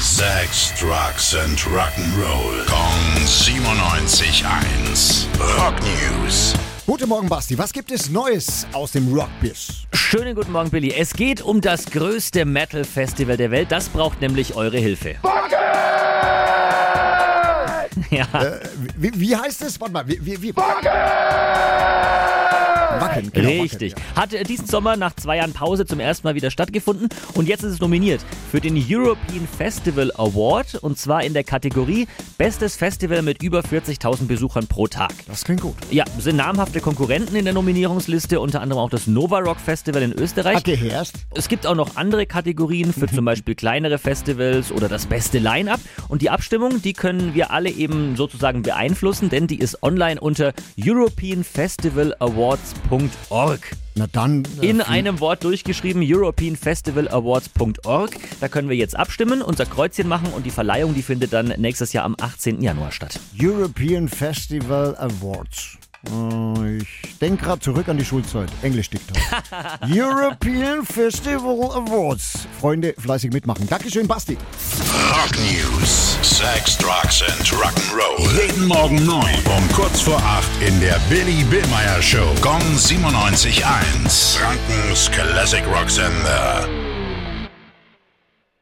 Sex, Drugs and Rock'n'Roll. Kong 97.1. Rock News. Guten Morgen, Basti. Was gibt es Neues aus dem Rockbiz? Schönen guten Morgen, Billy. Es geht um das größte Metal-Festival der Welt. Das braucht nämlich eure Hilfe. Ja, Wie, wie heißt es? Warte mal. Wie, wie, wie? Wacken, genau, richtig. Wacken, Hat äh, diesen Sommer nach zwei Jahren Pause zum ersten Mal wieder stattgefunden und jetzt ist es nominiert für den European Festival Award und zwar in der Kategorie Bestes Festival mit über 40.000 Besuchern pro Tag. ja. Das klingt gut. Ja, sind namhafte Konkurrenten in der Nominierungsliste, unter anderem auch das Nova Rock Festival in Österreich. Hacke herrscht. Es gibt auch noch andere Kategorien für zum Beispiel kleinere Festivals oder das beste Line-Up. Und die Abstimmung, die können wir alle eben sozusagen beeinflussen, denn die ist online unter europeanfestivalawards.org. Na dann. äh, In einem Wort durchgeschrieben, europeanfestivalawards.org. Da können wir jetzt abstimmen, unser Kreuzchen machen und die Verleihung, die findet dann nächstes Jahr am 18. Januar statt. European Festival Awards. Äh, Ich denke gerade zurück an die Schulzeit. Englisch-Diktat. European Festival Awards. Freunde, fleißig mitmachen. Dankeschön, Basti. Rock News. Sex, Drugs and Rock'n'Roll. Jeden Morgen 9 um kurz vor 8 in der Billy Billmeyer Show. Gong 97.1. Frankens Classic Rock Sender.